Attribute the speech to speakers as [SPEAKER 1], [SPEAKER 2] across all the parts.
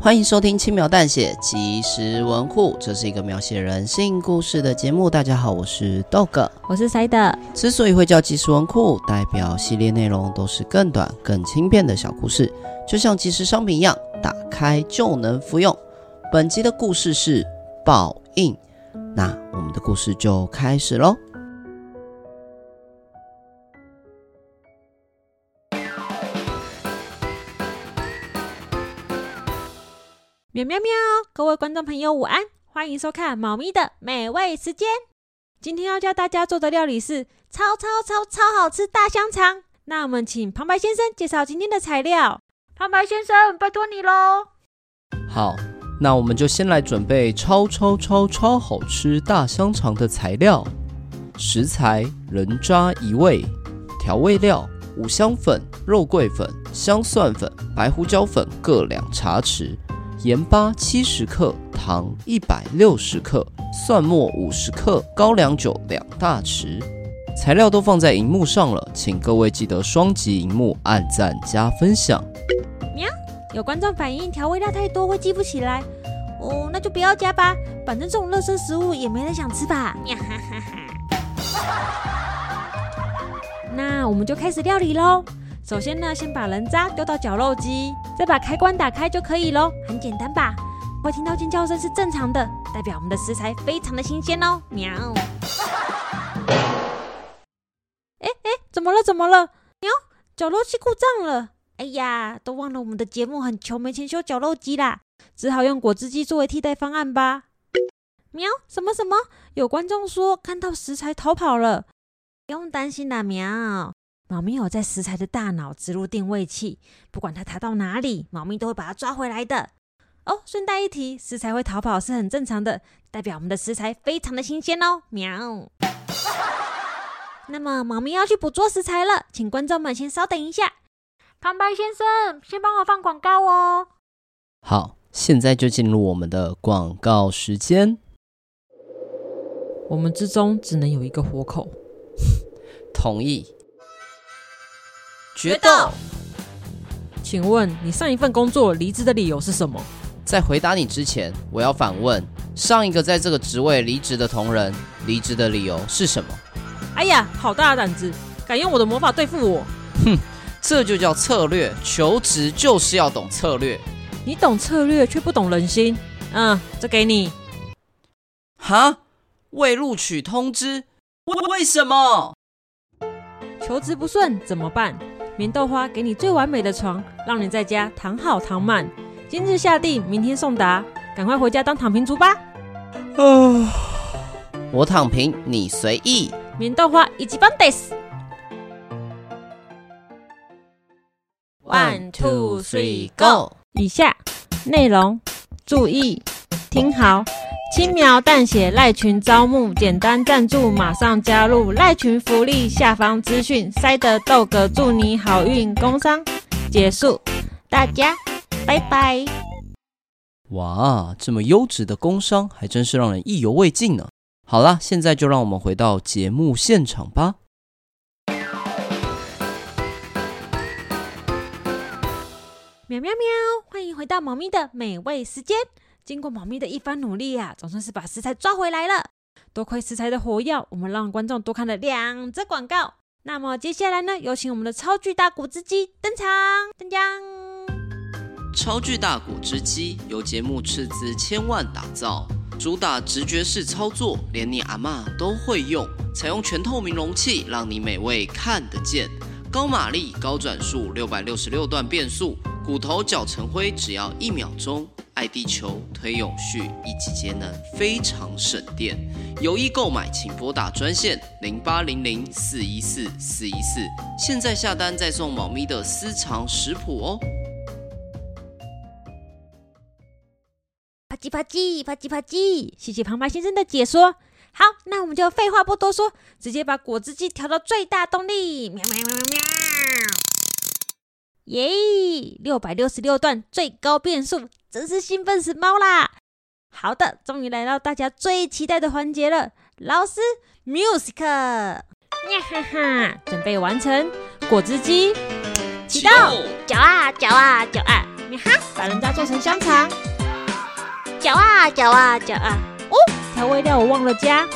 [SPEAKER 1] 欢迎收听轻描淡写即时文库，这是一个描写人性故事的节目。大家好，我是 Dog。
[SPEAKER 2] 我是 Side，
[SPEAKER 1] 之所以会叫即时文库，代表系列内容都是更短、更轻便的小故事，就像即时商品一样，打开就能服用。本集的故事是报应，那我们的故事就开始喽。
[SPEAKER 2] 喵喵喵！各位观众朋友，午安，欢迎收看猫咪的美味时间。今天要教大家做的料理是超超超超好吃大香肠。那我们请旁白先生介绍今天的材料。旁白先生，拜托你喽！
[SPEAKER 1] 好，那我们就先来准备超超超超好吃大香肠的材料：食材人渣一味，调味料五香粉、肉桂粉、香蒜粉、白胡椒粉各两茶匙，盐巴七十克，糖一百六十克，蒜末五十克，高粱酒两大匙。材料都放在荧幕上了，请各位记得双击荧幕，按赞加分享。
[SPEAKER 2] 有观众反映调味料太多会记不起来，哦，那就不要加吧，反正这种垃圾食物也没人想吃吧。呀哈哈哈。那我们就开始料理喽。首先呢，先把人渣丢到绞肉机，再把开关打开就可以喽，很简单吧？会听到尖叫声是正常的，代表我们的食材非常的新鲜哦。喵。哎哎，怎么了？怎么了？喵，绞肉机故障了。哎呀，都忘了我们的节目很穷，没钱修绞肉机啦，只好用果汁机作为替代方案吧。喵，什么什么？有观众说看到食材逃跑了，不用担心啦，喵。猫咪有在食材的大脑植入定位器，不管它逃到哪里，猫咪都会把它抓回来的。哦，顺带一提，食材会逃跑是很正常的，代表我们的食材非常的新鲜哦，喵。 那么，猫咪要去捕捉食材了，请观众们先稍等一下。旁白先生，先帮我放广告哦。
[SPEAKER 1] 好，现在就进入我们的广告时间。
[SPEAKER 2] 我们之中只能有一个活口。
[SPEAKER 1] 同意。决
[SPEAKER 2] 斗请问你上一份工作离职的理由是什么？
[SPEAKER 1] 在回答你之前，我要反问：上一个在这个职位离职的同仁，离职的理由是什么？
[SPEAKER 2] 哎呀，好大的胆子，敢用我的魔法对付我！
[SPEAKER 1] 这就叫策略。求职就是要懂策略。
[SPEAKER 2] 你懂策略却不懂人心。嗯，这给你。
[SPEAKER 1] 哈，未录取通知，为为什么？
[SPEAKER 2] 求职不顺怎么办？棉豆花给你最完美的床，让你在家躺好躺满。今日下定，明天送达，赶快回家当躺平族吧！
[SPEAKER 1] 我躺平，你随意。
[SPEAKER 2] 棉豆花以及 b a n d e s One, two, three, go 以下内容注意听好，轻描淡写赖群招募，简单赞助马上加入赖群福利，下方资讯塞得豆哥祝你好运，工商结束，大家拜拜。
[SPEAKER 1] 哇，这么优质的工商，还真是让人意犹未尽呢。好啦，现在就让我们回到节目现场吧。
[SPEAKER 2] 喵喵喵！欢迎回到猫咪的美味时间。经过猫咪的一番努力啊，总算是把食材抓回来了。多亏食材的活药，我们让观众多看了两则广告。那么接下来呢，有请我们的超巨大果汁机登场，登江！
[SPEAKER 1] 超巨大果汁机由节目斥资千万打造，主打直觉式操作，连你阿嬷都会用。采用全透明容器，让你美味看得见。高马力、高转速，六百六十六段变速，骨头搅成灰只要一秒钟。爱地球，推永续，一级节能，非常省电。有意购买，请拨打专线零八零零四一四四一四，现在下单再送猫咪的私藏食谱哦。
[SPEAKER 2] 啪叽啪叽啪叽啪叽，谢谢旁白先生的解说。好，那我们就废话不多说，直接把果汁机调到最大动力，喵喵喵喵喵！耶，六百六十六段最高变速，真是兴奋死猫啦！好的，终于来到大家最期待的环节了，老师，music，呀哈哈，准备完成，果汁机启动。搅啊搅啊搅啊，你哈，把人家做成香肠，
[SPEAKER 3] 搅啊搅啊搅啊，
[SPEAKER 2] 哦调味料我忘了加，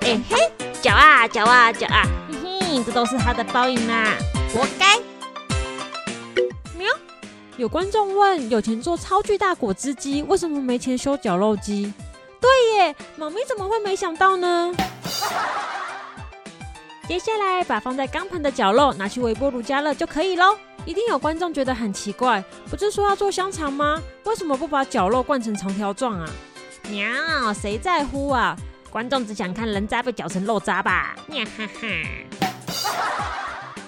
[SPEAKER 3] 哎、嘿，搅啊搅啊搅啊，
[SPEAKER 2] 嘿嘿，这都是他的报应啦。
[SPEAKER 3] 活该！
[SPEAKER 2] 有观众问：有钱做超巨大果汁机，为什么没钱修绞肉机？对耶，猫咪怎么会没想到呢？接下来把放在钢盆的绞肉拿去微波炉加热就可以喽。一定有观众觉得很奇怪，不是说要做香肠吗？为什么不把绞肉灌成长条状啊？喵，谁在乎啊？观众只想看人渣被绞成肉渣吧。
[SPEAKER 3] 呀哈哈，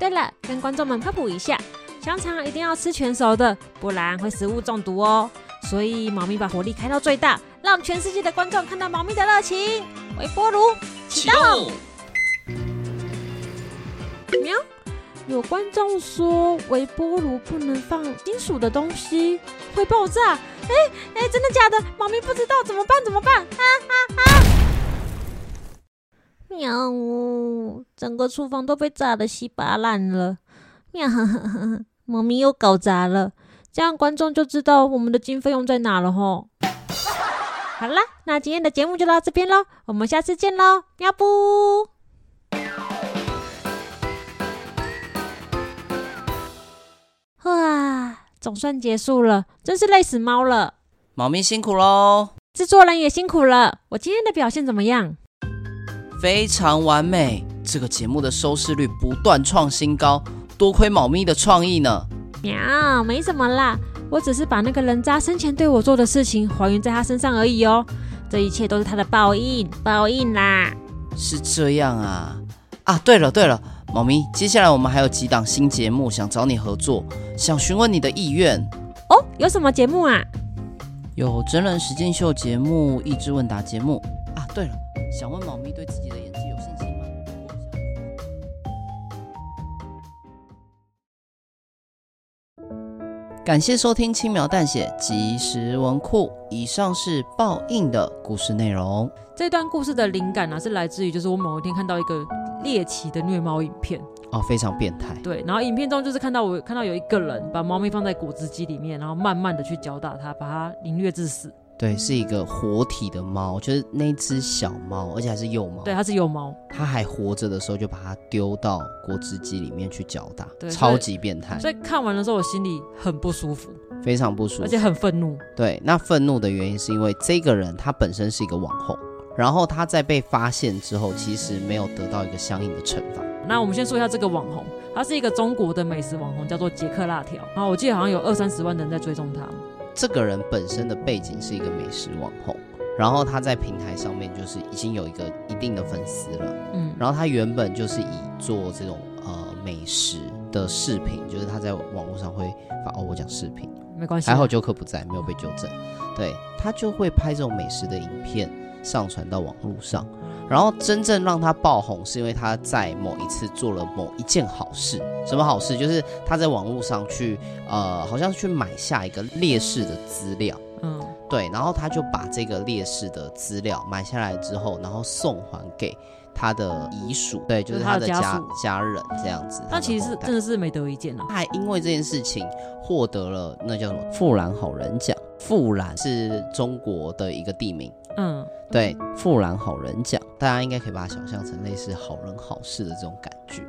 [SPEAKER 2] 对了，跟观众们科普一下，香肠一定要吃全熟的，不然会食物中毒哦。所以猫咪把火力开到最大，让全世界的观众看到猫咪的热情。微波炉启动。喵，有观众说微波炉不能放金属的东西，会爆炸。哎哎，真的假的？猫咪不知道怎么办？怎么办？啊喵呜！整个厨房都被炸得稀巴烂了。喵呵呵呵呵，猫咪又搞砸了。这样观众就知道我们的经费用在哪了吼。好啦，那今天的节目就到这边喽，我们下次见喽，喵不。哇，总算结束了，真是累死猫了。
[SPEAKER 1] 猫咪辛苦喽，
[SPEAKER 2] 制作人也辛苦了，我今天的表现怎么样？
[SPEAKER 1] 非常完美。这个节目的收视率不断创新高，多亏猫咪的创意呢。
[SPEAKER 2] 喵，没什么啦，我只是把那个人渣生前对我做的事情还原在他身上而已哦。这一切都是他的报应，报应啦！
[SPEAKER 1] 是这样啊啊！对了对了，猫咪，接下来我们还有几档新节目想找你合作，想询问你的意愿。
[SPEAKER 2] 哦，有什么节目啊？
[SPEAKER 1] 有真人实境秀节目、益智问答节目啊。对了，想问猫咪对自己的演技有信心吗？我想感谢收听《轻描淡写即时文库》，以上是报应的故事内容。
[SPEAKER 2] 这段故事的灵感呢、是来自于就是我某一天看到一个猎奇的虐猫影片，
[SPEAKER 1] 哦，非常变态。
[SPEAKER 2] 对，然后影片中就是看到我看到有一个人把猫咪放在果汁机里面，然后慢慢的去搅打它，把它凌虐致死。
[SPEAKER 1] 对，是一个活体的猫，就是那只小猫，而且还是幼猫。
[SPEAKER 2] 对，它是幼猫，
[SPEAKER 1] 它还活着的时候就把它丢到果汁机里面去搅打
[SPEAKER 2] 对，
[SPEAKER 1] 超级变态，
[SPEAKER 2] 所以看完的时候我心里很不舒服，
[SPEAKER 1] 非常不舒
[SPEAKER 2] 而
[SPEAKER 1] 服
[SPEAKER 2] 且。很愤怒。
[SPEAKER 1] 对，那愤怒的原因是因为这个人他本身是一个网红，然后他在被发现之后，其实没有得到一个相应的惩罚。
[SPEAKER 2] 那我们先说一下这个网红，他是一个中国的美食网红，叫做杰克辣条。然后我记得好像有二三十万人在追踪他。
[SPEAKER 1] 这个人本身的背景是一个美食网红，然后他在平台上面就是已经有一个一定的粉丝了。
[SPEAKER 2] 嗯，
[SPEAKER 1] 然后他原本就是以做这种呃美食的视频，就是他在网络上会发哦，我讲视频，
[SPEAKER 2] 没关系。
[SPEAKER 1] 还好纠克不在，没有被纠正。对他就会拍这种美食的影片上传到网络上，然后真正让他爆红，是因为他在某一次做了某一件好事。什么好事？就是他在网络上去呃，好像是去买下一个烈士的资料。
[SPEAKER 2] 嗯，
[SPEAKER 1] 对，然后他就把这个烈士的资料买下来之后，然后送还给他的遗属，对，就
[SPEAKER 2] 就是是他
[SPEAKER 1] 他的
[SPEAKER 2] 的家
[SPEAKER 1] 家
[SPEAKER 2] 属
[SPEAKER 1] 家人这样子。他
[SPEAKER 2] 但
[SPEAKER 1] 的
[SPEAKER 2] 其实
[SPEAKER 1] 后
[SPEAKER 2] 是
[SPEAKER 1] 代
[SPEAKER 2] 真的是没得一见啊。
[SPEAKER 1] 他还因为这件事情获得了那叫什么富兰好人奖。富兰是中国的一个地名，
[SPEAKER 2] 嗯，
[SPEAKER 1] 对，富兰好人奖，大家应该可以把它想象成类似好人好事的这种感觉。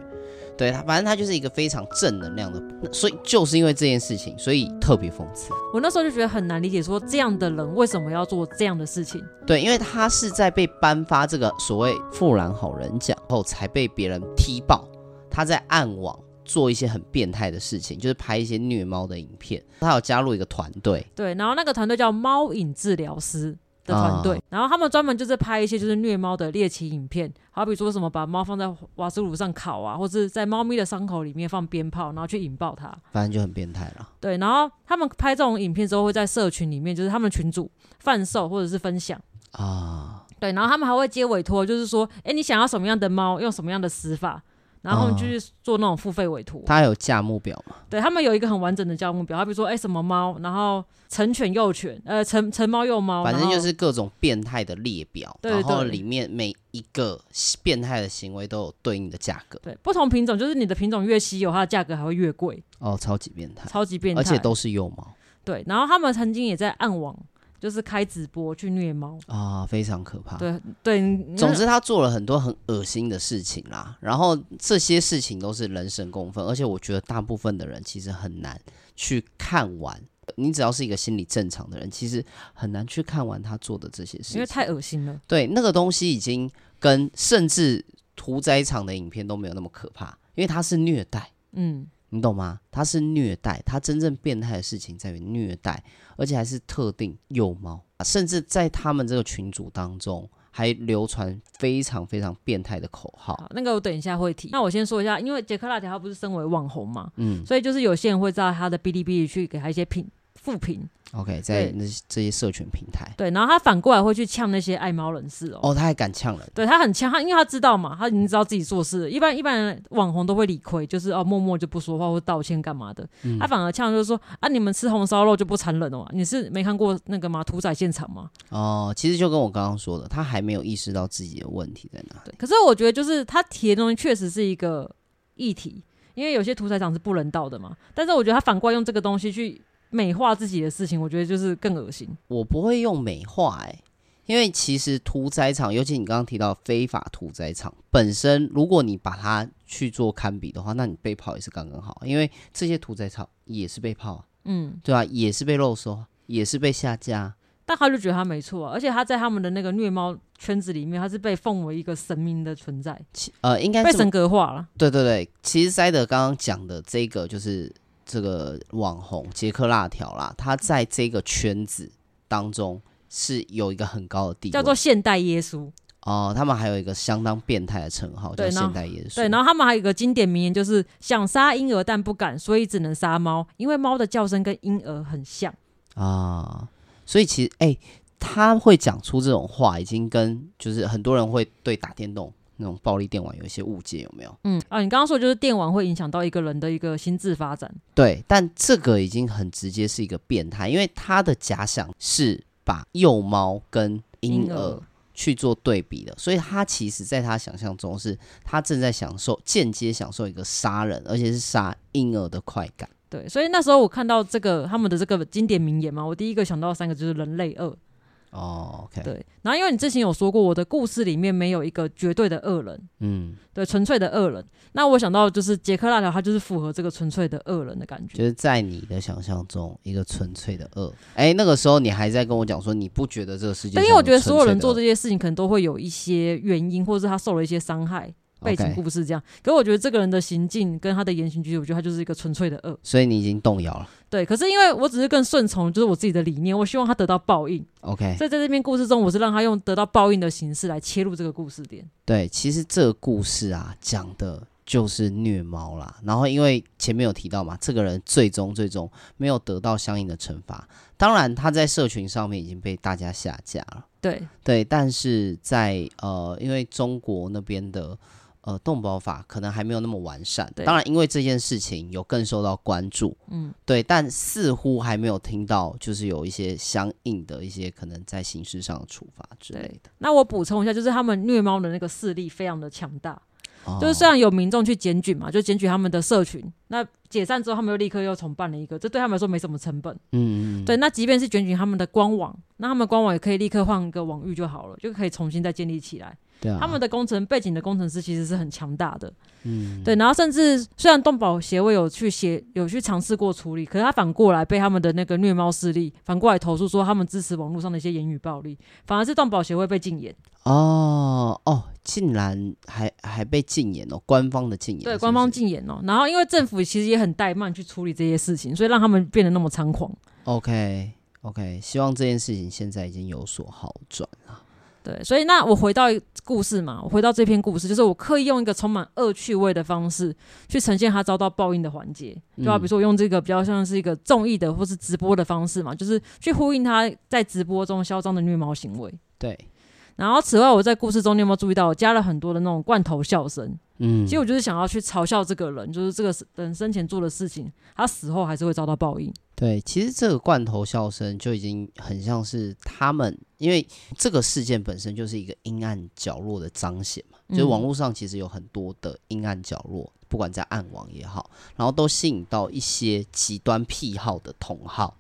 [SPEAKER 1] 对他，反正他就是一个非常正能量的，所以就是因为这件事情，所以特别讽刺。
[SPEAKER 2] 我那时候就觉得很难理解，说这样的人为什么要做这样的事情？
[SPEAKER 1] 对，因为他是在被颁发这个所谓富兰好人奖后，才被别人踢爆。他在暗网做一些很变态的事情，就是拍一些虐猫的影片。他有加入一个团队，
[SPEAKER 2] 对，然后那个团队叫猫影治疗师。的团队，
[SPEAKER 1] 啊
[SPEAKER 2] 然后他们专门就是拍一些就是虐猫的猎奇影片，好比说什么把猫放在瓦斯炉上烤啊，或是在猫咪的伤口里面放鞭炮，然后去引爆它。
[SPEAKER 1] 反正就很变态了。
[SPEAKER 2] 对，然后他们拍这种影片之后，会在社群里面，就是他们群主贩售或者是分享。
[SPEAKER 1] 啊，
[SPEAKER 2] 对，然后他们还会接委托，就是说，哎，你想要什么样的猫，用什么样的死法，然后他们
[SPEAKER 1] 啊
[SPEAKER 2] 就是做那种付费委托。
[SPEAKER 1] 它有价目表嘛？
[SPEAKER 2] 对他们有一个很完整的教育目标，好比如说，哎、什么猫，然后成犬幼犬，呃，成成猫幼猫，
[SPEAKER 1] 反正就
[SPEAKER 2] 然后
[SPEAKER 1] 是各种变态的列表，
[SPEAKER 2] 对
[SPEAKER 1] 然后
[SPEAKER 2] 对
[SPEAKER 1] 里面每一个变态的行为都有对应的价格。
[SPEAKER 2] 对不同品种，就是你的品种越稀有，它的价格还会越贵，
[SPEAKER 1] 哦，超级变态，
[SPEAKER 2] 超级变态，
[SPEAKER 1] 而且都是幼猫
[SPEAKER 2] 对。然后他们曾经也在暗网，就是开直播去虐猫，
[SPEAKER 1] 啊，非常可怕。
[SPEAKER 2] 对对。你
[SPEAKER 1] 总之，他做了很多很恶心的事情啦，然后这些事情都是人神共愤，而且我觉得大部分的人其实很难去看完。你只要是一个心理正常的人，其实很难去看完他做的这些事情，
[SPEAKER 2] 因为太恶心了，
[SPEAKER 1] 对，那个东西已经跟甚至屠宰场的影片都没有那么可怕，因为它是虐待，
[SPEAKER 2] 嗯，
[SPEAKER 1] 你懂吗？它是虐待，它真正变态的事情在于虐待，而且还是特定幼猫，甚至在他们这个群组当中还流传非常非常变态的口号。
[SPEAKER 2] 好，那个我等一下会提。那我先说一下，因为杰克辣条他不是身为网红嘛，
[SPEAKER 1] 嗯
[SPEAKER 2] 所以就是有些人会在他的哔哩哔哩去给他一些评负评，
[SPEAKER 1] ，OK，在
[SPEAKER 2] 对
[SPEAKER 1] 那这些社群平台，
[SPEAKER 2] 对，然后他反过来会去呛那些爱猫人士哦
[SPEAKER 1] 哦，他还敢呛人，
[SPEAKER 2] 对他很强，他因为他知道嘛，他已经知道自己做事了。一般一般人网红都会理亏，就是哦默默就不说话或道歉干嘛的。
[SPEAKER 1] 嗯
[SPEAKER 2] 他反而呛就是说啊，你们吃红烧肉就不残忍了嘛？你是没看过那个吗？屠宰现场吗？
[SPEAKER 1] 哦，其实就跟我刚刚说的，他还没有意识到自己的问题在哪里。
[SPEAKER 2] 对。可是我觉得就是他提的东西确实是一个议题，因为有些屠宰场是不人道的嘛。但是我觉得他反过来用这个东西去美化自己的事情，我觉得就是更恶心。
[SPEAKER 1] 我不会用美化哎、因为其实屠宰场，尤其你刚刚提到非法屠宰场本身，如果你把它去做堪比的话，那你被泡也是刚刚好，啊因为这些屠宰场也是被泡啊，
[SPEAKER 2] 嗯，
[SPEAKER 1] 对啊，也是被肉收啊，也是被下架啊。
[SPEAKER 2] 但他就觉得他没错、啊，而且他在他们的那个虐猫圈子里面，他是被奉为一个神明的存在，
[SPEAKER 1] 其呃，应该
[SPEAKER 2] 被
[SPEAKER 1] 这么
[SPEAKER 2] 神格化了。
[SPEAKER 1] 对对对，其实塞德刚刚讲的这个就是这个网红杰克辣条啦，他在这个圈子当中是有一个很高的地位，
[SPEAKER 2] 叫做现代耶稣。
[SPEAKER 1] 哦、他们还有一个相当变态的称号叫
[SPEAKER 2] 对然后
[SPEAKER 1] 现代耶稣，
[SPEAKER 2] 对，然后他们还有一个经典名言，就是想杀婴儿但不敢，所以只能杀猫，因为猫的叫声跟婴儿很像。
[SPEAKER 1] 啊，所以其实哎、他会讲出这种话，已经跟就是很多人会对打电动那种暴力电玩有一些误解，有没有？
[SPEAKER 2] 嗯啊，你刚刚说就是电玩会影响到一个人的一个心智发展。
[SPEAKER 1] 对，但这个已经很直接是一个变态，因为他的假想是把幼猫跟婴
[SPEAKER 2] 婴
[SPEAKER 1] 儿
[SPEAKER 2] 儿
[SPEAKER 1] 去做对比的，所以他其实在他想象中是他正在享受间接享受一个杀人，而且是杀婴儿的快感。
[SPEAKER 2] 对，所以那时候我看到这个他们的这个经典名言嘛，我第一个想到三个就是人类恶。
[SPEAKER 1] 哦，OK，
[SPEAKER 2] 对，然后因为你之前有说过，我的故事里面没有一个绝对的恶人，
[SPEAKER 1] 嗯，
[SPEAKER 2] 对，纯粹的恶人。那我想到就是杰克辣条，他就是符合这个纯粹的恶人的感觉。
[SPEAKER 1] 就是在你的想象中，一个纯粹的恶。哎、那个时候你还在跟我讲说，你不觉得这个世界上
[SPEAKER 2] 但
[SPEAKER 1] 有纯粹的恶，
[SPEAKER 2] 因为我觉得所有人做这些事情，可能都会有一些原因，或者是他受了一些伤害，背景
[SPEAKER 1] OK，
[SPEAKER 2] 故事这样。可是我觉得这个人的行径跟他的言行举止，我觉得他就是一个纯粹的恶。
[SPEAKER 1] 所以你已经动摇了。
[SPEAKER 2] 对，可是因为我只是更顺从，就是我自己的理念，我希望他得到报应。
[SPEAKER 1] OK，
[SPEAKER 2] 所以在这篇故事中，我是让他用得到报应的形式来切入这个故事点。
[SPEAKER 1] 对，其实这个故事啊，讲的就是虐猫啦。然后因为前面有提到嘛，这个人最终最终没有得到相应的惩罚，当然他在社群上面已经被大家下架了。
[SPEAKER 2] 对，
[SPEAKER 1] 对，但是在呃，因为中国那边的呃动保法可能还没有那么完善，
[SPEAKER 2] 对
[SPEAKER 1] 当然因为这件事情有更受到关注，
[SPEAKER 2] 嗯，
[SPEAKER 1] 对，但似乎还没有听到就是有一些相应的一些可能在刑事上的处罚之类的，
[SPEAKER 2] 那我补充一下，就是他们虐猫的那个势力非常的强大，
[SPEAKER 1] 哦
[SPEAKER 2] 就是虽然有民众去检举嘛，就检举他们的社群，那解散之后，他们又立刻又重办了一个，这对他们来说没什么成本。
[SPEAKER 1] 嗯嗯嗯
[SPEAKER 2] 对，那即便是卷举他们的官网，那他们官网也可以立刻换个网域就好了，就可以重新再建立起来。
[SPEAKER 1] 对啊，
[SPEAKER 2] 他们的工程背景的工程师其实是很强大的，
[SPEAKER 1] 嗯
[SPEAKER 2] 对。然后甚至虽然动保协会有去协有去尝试过处理，可是他反过来被他们的那个虐猫势力反过来投诉说他们支持网络上的一些言语暴力，反而是动保协会被禁言，
[SPEAKER 1] 哦哦，竟然还还被禁言哦，官方的禁言，
[SPEAKER 2] 对，
[SPEAKER 1] 是
[SPEAKER 2] 官
[SPEAKER 1] 不
[SPEAKER 2] 方
[SPEAKER 1] 是
[SPEAKER 2] 禁言哦。然后因为政府其实也很怠慢去处理这些事情，所以让他们变得那么猖狂。
[SPEAKER 1] ，OK OK，希望这件事情现在已经有所好转了，
[SPEAKER 2] 对，所以那我回到故事嘛，我回到这篇故事，就是我刻意用一个充满恶趣味的方式去呈现他遭到报应的环节，就
[SPEAKER 1] 嗯
[SPEAKER 2] 好比说我用这个比较像是一个综艺的或是直播的方式嘛，就是去呼应他在直播中嚣张的虐猫行为。
[SPEAKER 1] 对。
[SPEAKER 2] 然后，此外，我在故事中你有没有注意到，我加了很多的那种罐头笑声？
[SPEAKER 1] 嗯
[SPEAKER 2] 其实我就是想要去嘲笑这个人，就是这个人生前做的事情，他死后还是会遭到报应。
[SPEAKER 1] 对，其实这个罐头笑声就已经很像是他们，因为这个事件本身就是一个阴暗角落的彰显嘛，就是
[SPEAKER 2] 嗯
[SPEAKER 1] 网络上其实有很多的阴暗角落，不管在暗网也好，然后都吸引到一些极端癖好的同好，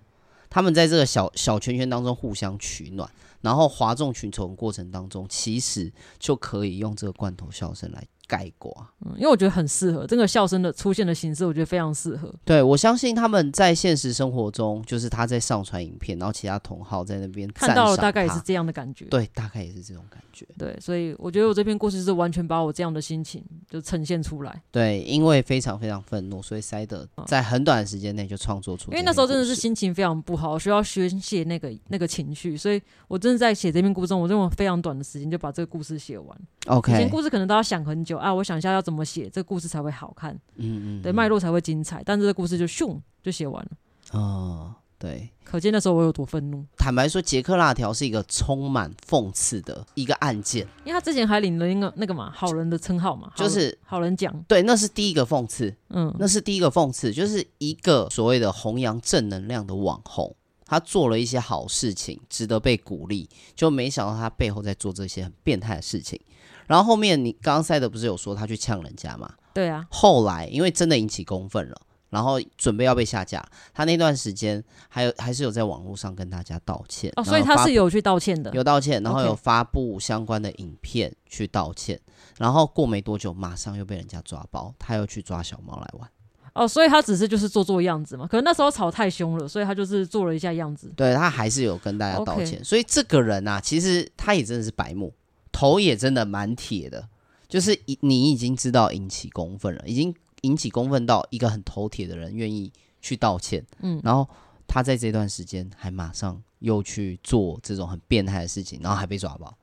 [SPEAKER 1] 他们在这个小小圈圈当中互相取暖，然后哗众取宠的过程当中，其实就可以用这个罐头笑声来概括。
[SPEAKER 2] 嗯，因为我觉得很适合这个笑声的出现的形式，我觉得非常适合。
[SPEAKER 1] 对，我相信他们在现实生活中，就是他在上传影片，然后其他同好在那边
[SPEAKER 2] 看到了
[SPEAKER 1] 赞赏
[SPEAKER 2] 大概也
[SPEAKER 1] 他
[SPEAKER 2] 是这样的感觉。
[SPEAKER 1] 对，大概也是这种感觉。
[SPEAKER 2] 对，所以我觉得我这篇故事是完全把我这样的心情就呈现出来，
[SPEAKER 1] 对，因为非常非常愤怒，所以塞德在很短的时间内就创作出这
[SPEAKER 2] 嗯因
[SPEAKER 1] 篇故事。
[SPEAKER 2] 为那时候真的是心情非常不好，需要宣泄那个那个情绪，所以我真的在写这篇故事中，我用非常短的时间就把这个故事写完。以前
[SPEAKER 1] OK，
[SPEAKER 2] 故事可能都要想很久啊，我想一下要怎么写，这个故事才会好看，
[SPEAKER 1] 嗯嗯，
[SPEAKER 2] 对，
[SPEAKER 1] 嗯
[SPEAKER 2] 脉，络才会精彩，但这个故事就咻就写完了，
[SPEAKER 1] 嗯，对。
[SPEAKER 2] 可见那时候我有多愤怒。
[SPEAKER 1] 坦白说，杰克辣条是一个充满讽刺的一个案件，
[SPEAKER 2] 因为他之前还领了那个那个嘛好人的称号嘛，好
[SPEAKER 1] 就
[SPEAKER 2] 人
[SPEAKER 1] 是
[SPEAKER 2] 好人奖，
[SPEAKER 1] 对，那是第一个讽刺，
[SPEAKER 2] 嗯，
[SPEAKER 1] 那是第一个讽刺，就是一个所谓的弘扬正能量的网红，他做了一些好事情，值得被鼓励，就没想到他背后在做这些很变态的事情。然后后面你刚刚塞德不是有说他去呛人家吗？
[SPEAKER 2] 对啊，
[SPEAKER 1] 后来因为真的引起公愤了，然后准备要被下架，他那段时间还有还是有在网络上跟大家道歉
[SPEAKER 2] 哦，所以
[SPEAKER 1] 然后
[SPEAKER 2] 他
[SPEAKER 1] 发
[SPEAKER 2] 是有去道歉的，
[SPEAKER 1] 有道歉，然后
[SPEAKER 2] OK
[SPEAKER 1] 有发布相关的影片去道歉，然后过没多久马上又被人家抓包，他又去抓小猫来玩。
[SPEAKER 2] 哦，所以他只是就是做做样子嘛，可能那时候吵太凶了，所以他就是做了一下样子。
[SPEAKER 1] 对他还是有跟大家道
[SPEAKER 2] OK
[SPEAKER 1] 歉。所以这个人啊，其实他也真的是白目，头也真的蛮铁的，就是已你已经知道引起公愤了，已经引起公愤到一个很头铁的人愿意去道歉，
[SPEAKER 2] 嗯
[SPEAKER 1] 然后他在这段时间还马上又去做这种很变态的事情，然后还被抓包，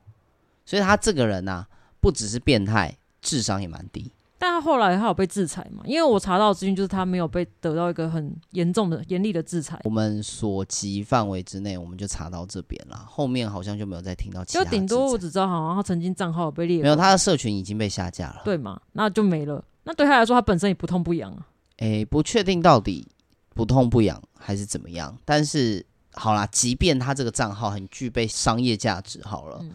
[SPEAKER 1] 所以他这个人啊，不只是变态，智商也蛮低。
[SPEAKER 2] 但他后来他有被制裁嘛？因为我查到的资讯就是他没有被得到一个很严重的、严厉的制裁，
[SPEAKER 1] 我们所及范围之内，我们就查到这边啦，后面好像就没有再听到其他的
[SPEAKER 2] 就
[SPEAKER 1] 制裁。
[SPEAKER 2] 顶多我只知道好像他曾经账号有被列
[SPEAKER 1] 没有，他的社群已经被下架了。
[SPEAKER 2] 对嘛，那就没了。那对他来说，他本身也不痛不痒啊。
[SPEAKER 1] 诶，不确定到底不痛不痒还是怎么样，但是好啦，即便他这个账号很具备商业价值，好了，
[SPEAKER 2] 嗯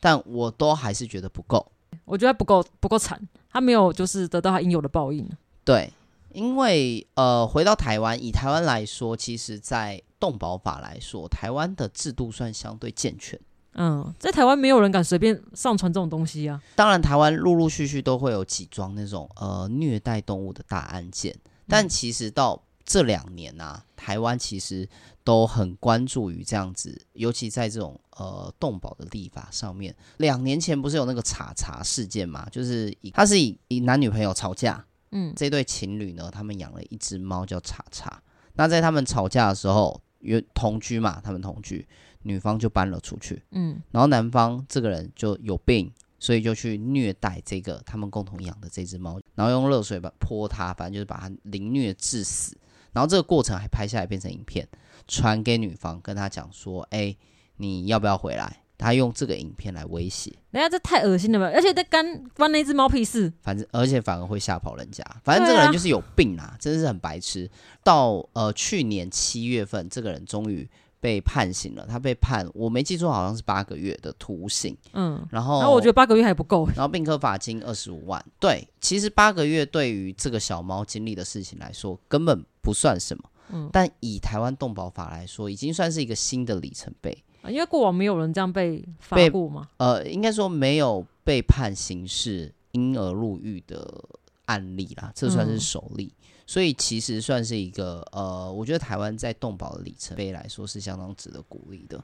[SPEAKER 1] 但我都还是觉得不够。
[SPEAKER 2] 我觉得他不够不够惨，他没有就是得到他应有的报应。啊
[SPEAKER 1] 对，因为呃，回到台湾，以台湾来说，其实，在动保法来说，台湾的制度算相对健全。
[SPEAKER 2] 嗯，在台湾没有人敢随便上传这种东西啊。
[SPEAKER 1] 当然，台湾陆陆续续都会有几桩那种呃虐待动物的大案件，
[SPEAKER 2] 嗯
[SPEAKER 1] 但其实到这两年啊，台湾其实都很关注于这样子，尤其在这种呃动保的立法上面。两年前不是有那个查查事件嘛，就是以他是以以男女朋友吵架，
[SPEAKER 2] 嗯，
[SPEAKER 1] 这对情侣呢，他们养了一只猫叫查查。那在他们吵架的时候，原同居嘛，他们同居，女方就搬了出去，
[SPEAKER 2] 嗯，
[SPEAKER 1] 然后男方这个人就有病，所以就去虐待这个他们共同养的这只猫，然后用热水把泼它，反正就是把它凌虐致死。然后这个过程还拍下来变成影片，传给女方，跟她讲说：“哎、你要不要回来？”他用这个影片来威胁，
[SPEAKER 2] 人家这太恶心了吧？而且在干关那只猫屁事。
[SPEAKER 1] 反正而且反而会吓跑人家。反正这
[SPEAKER 2] 对
[SPEAKER 1] 个
[SPEAKER 2] 啊
[SPEAKER 1] 人就是有病啊，真是很白痴。到呃去年七月份，这个人终于被判刑了，他被判我没记错，好像是八个月的徒刑。
[SPEAKER 2] 嗯，
[SPEAKER 1] 然后，
[SPEAKER 2] 然后我觉得八个月还不够。
[SPEAKER 1] 然后并科罚金二十五万。对，其实八个月对于这个小猫经历的事情来说，根本不算什么。
[SPEAKER 2] 嗯
[SPEAKER 1] 但以台湾动保法来说，已经算是一个新的里程碑。
[SPEAKER 2] 啊因为过往没有人这样被罚
[SPEAKER 1] 被
[SPEAKER 2] 过嘛。
[SPEAKER 1] 呃，应该说没有被判刑事因而入狱的案例啦，这算是
[SPEAKER 2] 嗯
[SPEAKER 1] 首例。所以其实算是一个呃，我觉得台湾在动保的里程碑来说是相当值得鼓励的。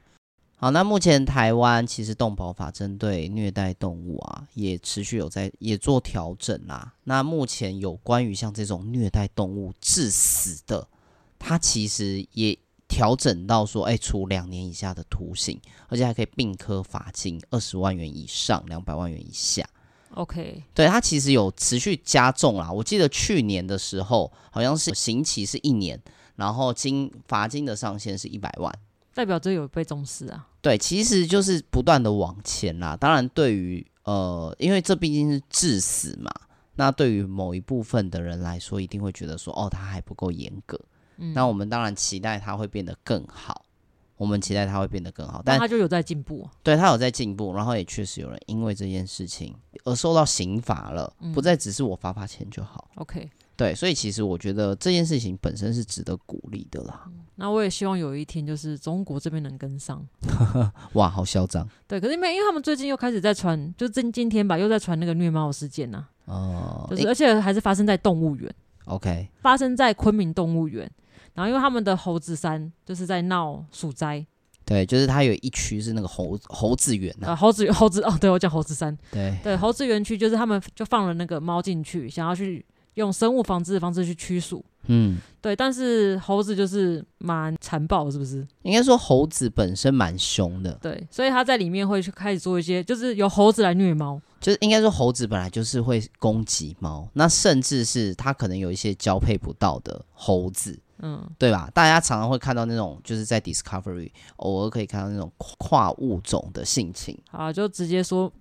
[SPEAKER 1] 好，那目前台湾其实动保法针对虐待动物啊，也持续有在也做调整啦。那目前有关于像这种虐待动物致死的，它其实也调整到说，哎、处两年以下的徒刑，而且还可以并科罚金二十万元以上，两百万元以下。
[SPEAKER 2] OK，
[SPEAKER 1] 对它其实有持续加重啦。我记得去年的时候，好像是刑期是一年，然后金罚金的上限是一百万。
[SPEAKER 2] 代表这有被重视啊。
[SPEAKER 1] 对，其实就是不断的往前啦。当然，对于呃，因为这毕竟是致死嘛，那对于某一部分的人来说，一定会觉得说，哦，他还不够严格。
[SPEAKER 2] 嗯
[SPEAKER 1] 那我们当然期待他会变得更好，我们期待他会变得更好，
[SPEAKER 2] 那
[SPEAKER 1] 但
[SPEAKER 2] 他就有在进步啊，
[SPEAKER 1] 对他有在进步，然后也确实有人因为这件事情而受到刑罚了，不
[SPEAKER 2] 嗯
[SPEAKER 1] 再只是我罚罚钱就好。
[SPEAKER 2] OK，
[SPEAKER 1] 对，所以其实我觉得这件事情本身是值得鼓励的啦。
[SPEAKER 2] 那我也希望有一天就是中国这边能跟上。
[SPEAKER 1] 哇，好嚣张
[SPEAKER 2] 对，可是因为因为他们最近又开始在传，就今今天吧，又在传那个虐猫事件呐、
[SPEAKER 1] 哦！
[SPEAKER 2] 就是
[SPEAKER 1] 诶
[SPEAKER 2] 而且还是发生在动物园，
[SPEAKER 1] OK，
[SPEAKER 2] 发生在昆明动物园。然后因为他们的猴子山就是在闹鼠灾，
[SPEAKER 1] 对，就是他有一区是那个猴猴子园呐、
[SPEAKER 2] 呃，猴子猴子哦，对我讲猴子山，
[SPEAKER 1] 对，
[SPEAKER 2] 对，猴子园区就是他们就放了那个猫进去，想要去用生物防治的方式去驱鼠。
[SPEAKER 1] 嗯，
[SPEAKER 2] 对，但是猴子就是蛮残暴，是不是？
[SPEAKER 1] 应该说猴子本身蛮凶的，
[SPEAKER 2] 对，所以他在里面会去开始做一些，就是由猴子来虐猫。
[SPEAKER 1] 就是应该说猴子本来就是会攻击猫，那甚至是它可能有一些交配不到的猴子，
[SPEAKER 2] 嗯，
[SPEAKER 1] 对吧？大家常常会看到那种，就是在 Discovery 偶尔可以看到那种跨跨物种的性情，
[SPEAKER 2] 好，啊就直接说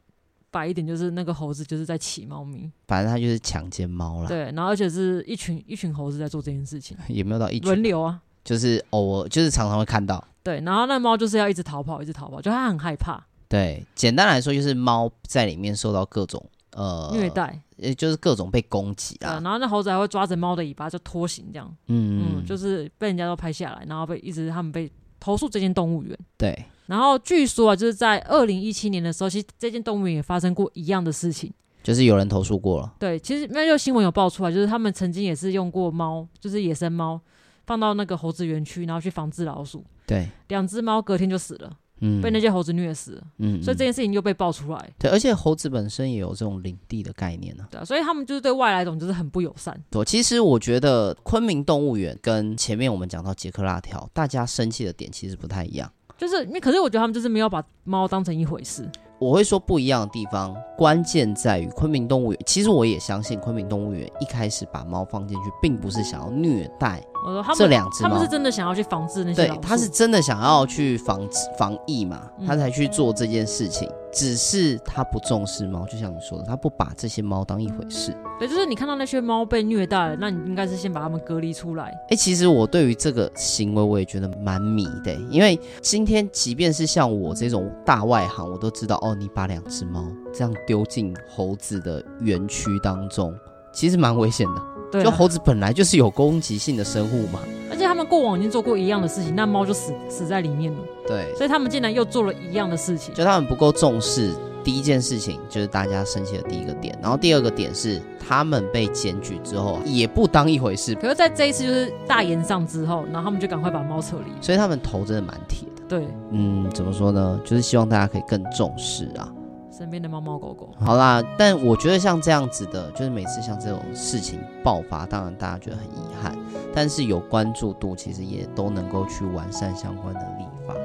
[SPEAKER 2] 白一点，就是那个猴子就是在骑猫咪，
[SPEAKER 1] 反正它就是强奸猫啦，
[SPEAKER 2] 对，然后而且是一群一群猴子在做这件事情，
[SPEAKER 1] 也没有到一
[SPEAKER 2] 轮
[SPEAKER 1] 群，
[SPEAKER 2] 流啊，
[SPEAKER 1] 就是偶尔就是常常会看到。
[SPEAKER 2] 对，然后那猫就是要一直逃跑，一直逃跑，就它很害怕
[SPEAKER 1] 对，简单来说就是猫在里面受到各种呃啊
[SPEAKER 2] 虐，待，
[SPEAKER 1] 也就是各种被攻击
[SPEAKER 2] 对，啊
[SPEAKER 1] 啦。
[SPEAKER 2] 然后那猴子还会抓着猫的尾巴就拖行这样，
[SPEAKER 1] 嗯，
[SPEAKER 2] 嗯，就是被人家都拍下来，然后被一直他们被投诉这间动物园。
[SPEAKER 1] 对，
[SPEAKER 2] 然后据说啊，就是在二零一七年的时候，其实这间动物园也发生过一样的事情。
[SPEAKER 1] 就是有人投诉过了。
[SPEAKER 2] 对，其实那就新闻有爆出来，就是他们曾经也是用过猫，就是野生猫，放到那个猴子园区，然后去防治老鼠。
[SPEAKER 1] 对，
[SPEAKER 2] 两只猫隔天就死了，
[SPEAKER 1] 嗯，
[SPEAKER 2] 被那些猴子虐死了，
[SPEAKER 1] 嗯，
[SPEAKER 2] 所以这
[SPEAKER 1] 嗯
[SPEAKER 2] 件事情又被爆出来。
[SPEAKER 1] 对，而且猴子本身也有这种领地的概念呢、
[SPEAKER 2] 对、啊，所以他们就是对外来种就是很不友善。
[SPEAKER 1] 对，其实我觉得昆明动物园跟前面我们讲到捷克辣条，大家生气的点其实不太一样。
[SPEAKER 2] 就是，因为可是我觉得他们就是没有把猫当成一回事。
[SPEAKER 1] 我会说不一样的地方，关键在于昆明动物园。其实我也相信昆明动物园一开始把猫放进去，并不是想要虐待
[SPEAKER 2] 我说他
[SPEAKER 1] 这
[SPEAKER 2] 们，
[SPEAKER 1] 两只
[SPEAKER 2] 他们
[SPEAKER 1] 猫
[SPEAKER 2] 是，真的想要去防治那些
[SPEAKER 1] 对
[SPEAKER 2] 老，鼠。
[SPEAKER 1] 他是真的想要去防治防疫嘛，
[SPEAKER 2] 嗯
[SPEAKER 1] 他才去做这件事情。只是他不重视猫，就像你说的，他不把这些猫当一回事。
[SPEAKER 2] 对，就是你看到那些猫被虐待了，那你应该是先把它们隔离出来。
[SPEAKER 1] 哎、其实我对于这个行为我也觉得蛮迷的、因为今天即便是像我这种大外行，我都知道哦，你把两只猫这样丢进猴子的园区当中，其实蛮危险的。
[SPEAKER 2] 对啊、
[SPEAKER 1] 就猴子本来就是有攻击性的生物嘛，
[SPEAKER 2] 而且他们过往已经做过一样的事情，那猫就死死在里面了，
[SPEAKER 1] 对，
[SPEAKER 2] 所以他们竟然又做了一样的事情。
[SPEAKER 1] 就他们不够重视。第一件事情就是大家生气的第一个点，然后第二个点是他们被检举之后啊也不当一回事，
[SPEAKER 2] 可是，在这一次就是大延上之后，然后他们就赶快把猫撤离。
[SPEAKER 1] 所以他们头真的蛮铁的。
[SPEAKER 2] 对，
[SPEAKER 1] 嗯，怎么说呢？就是希望大家可以更重视啊。
[SPEAKER 2] 身边的猫猫狗狗，
[SPEAKER 1] 好啦，但我觉得像这样子的，就是每次像这种事情爆发，当然大家觉得很遗憾，但是有关注度，其实也都能够去完善相关的立法啦。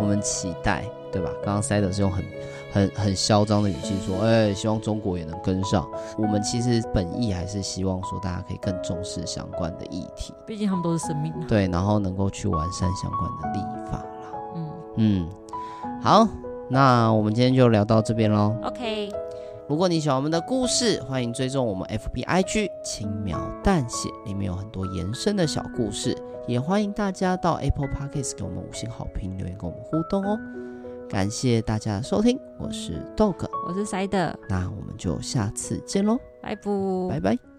[SPEAKER 1] 我们期待，对吧？刚刚塞德是用很很很嚣张的语气说，哎、希望中国也能跟上。我们其实本意还是希望说，大家可以更重视相关的议题，
[SPEAKER 2] 毕竟他们都是生命啊。
[SPEAKER 1] 对，然后能够去完善相关的立法啦。
[SPEAKER 2] 嗯，
[SPEAKER 1] 嗯，好，那我们今天就聊到这边喽。
[SPEAKER 4] OK，
[SPEAKER 1] 如果你喜欢我们的故事，欢迎追踪我们 FB IG 轻描淡写，里面有很多延伸的小故事，也欢迎大家到 Apple Podcast 给我们五星好评，留言跟我们互动哦。感谢大家的收听，我是 Dog，
[SPEAKER 2] 我是塞德，
[SPEAKER 1] 那我们就下次见喽，
[SPEAKER 2] 拜拜
[SPEAKER 1] 拜拜。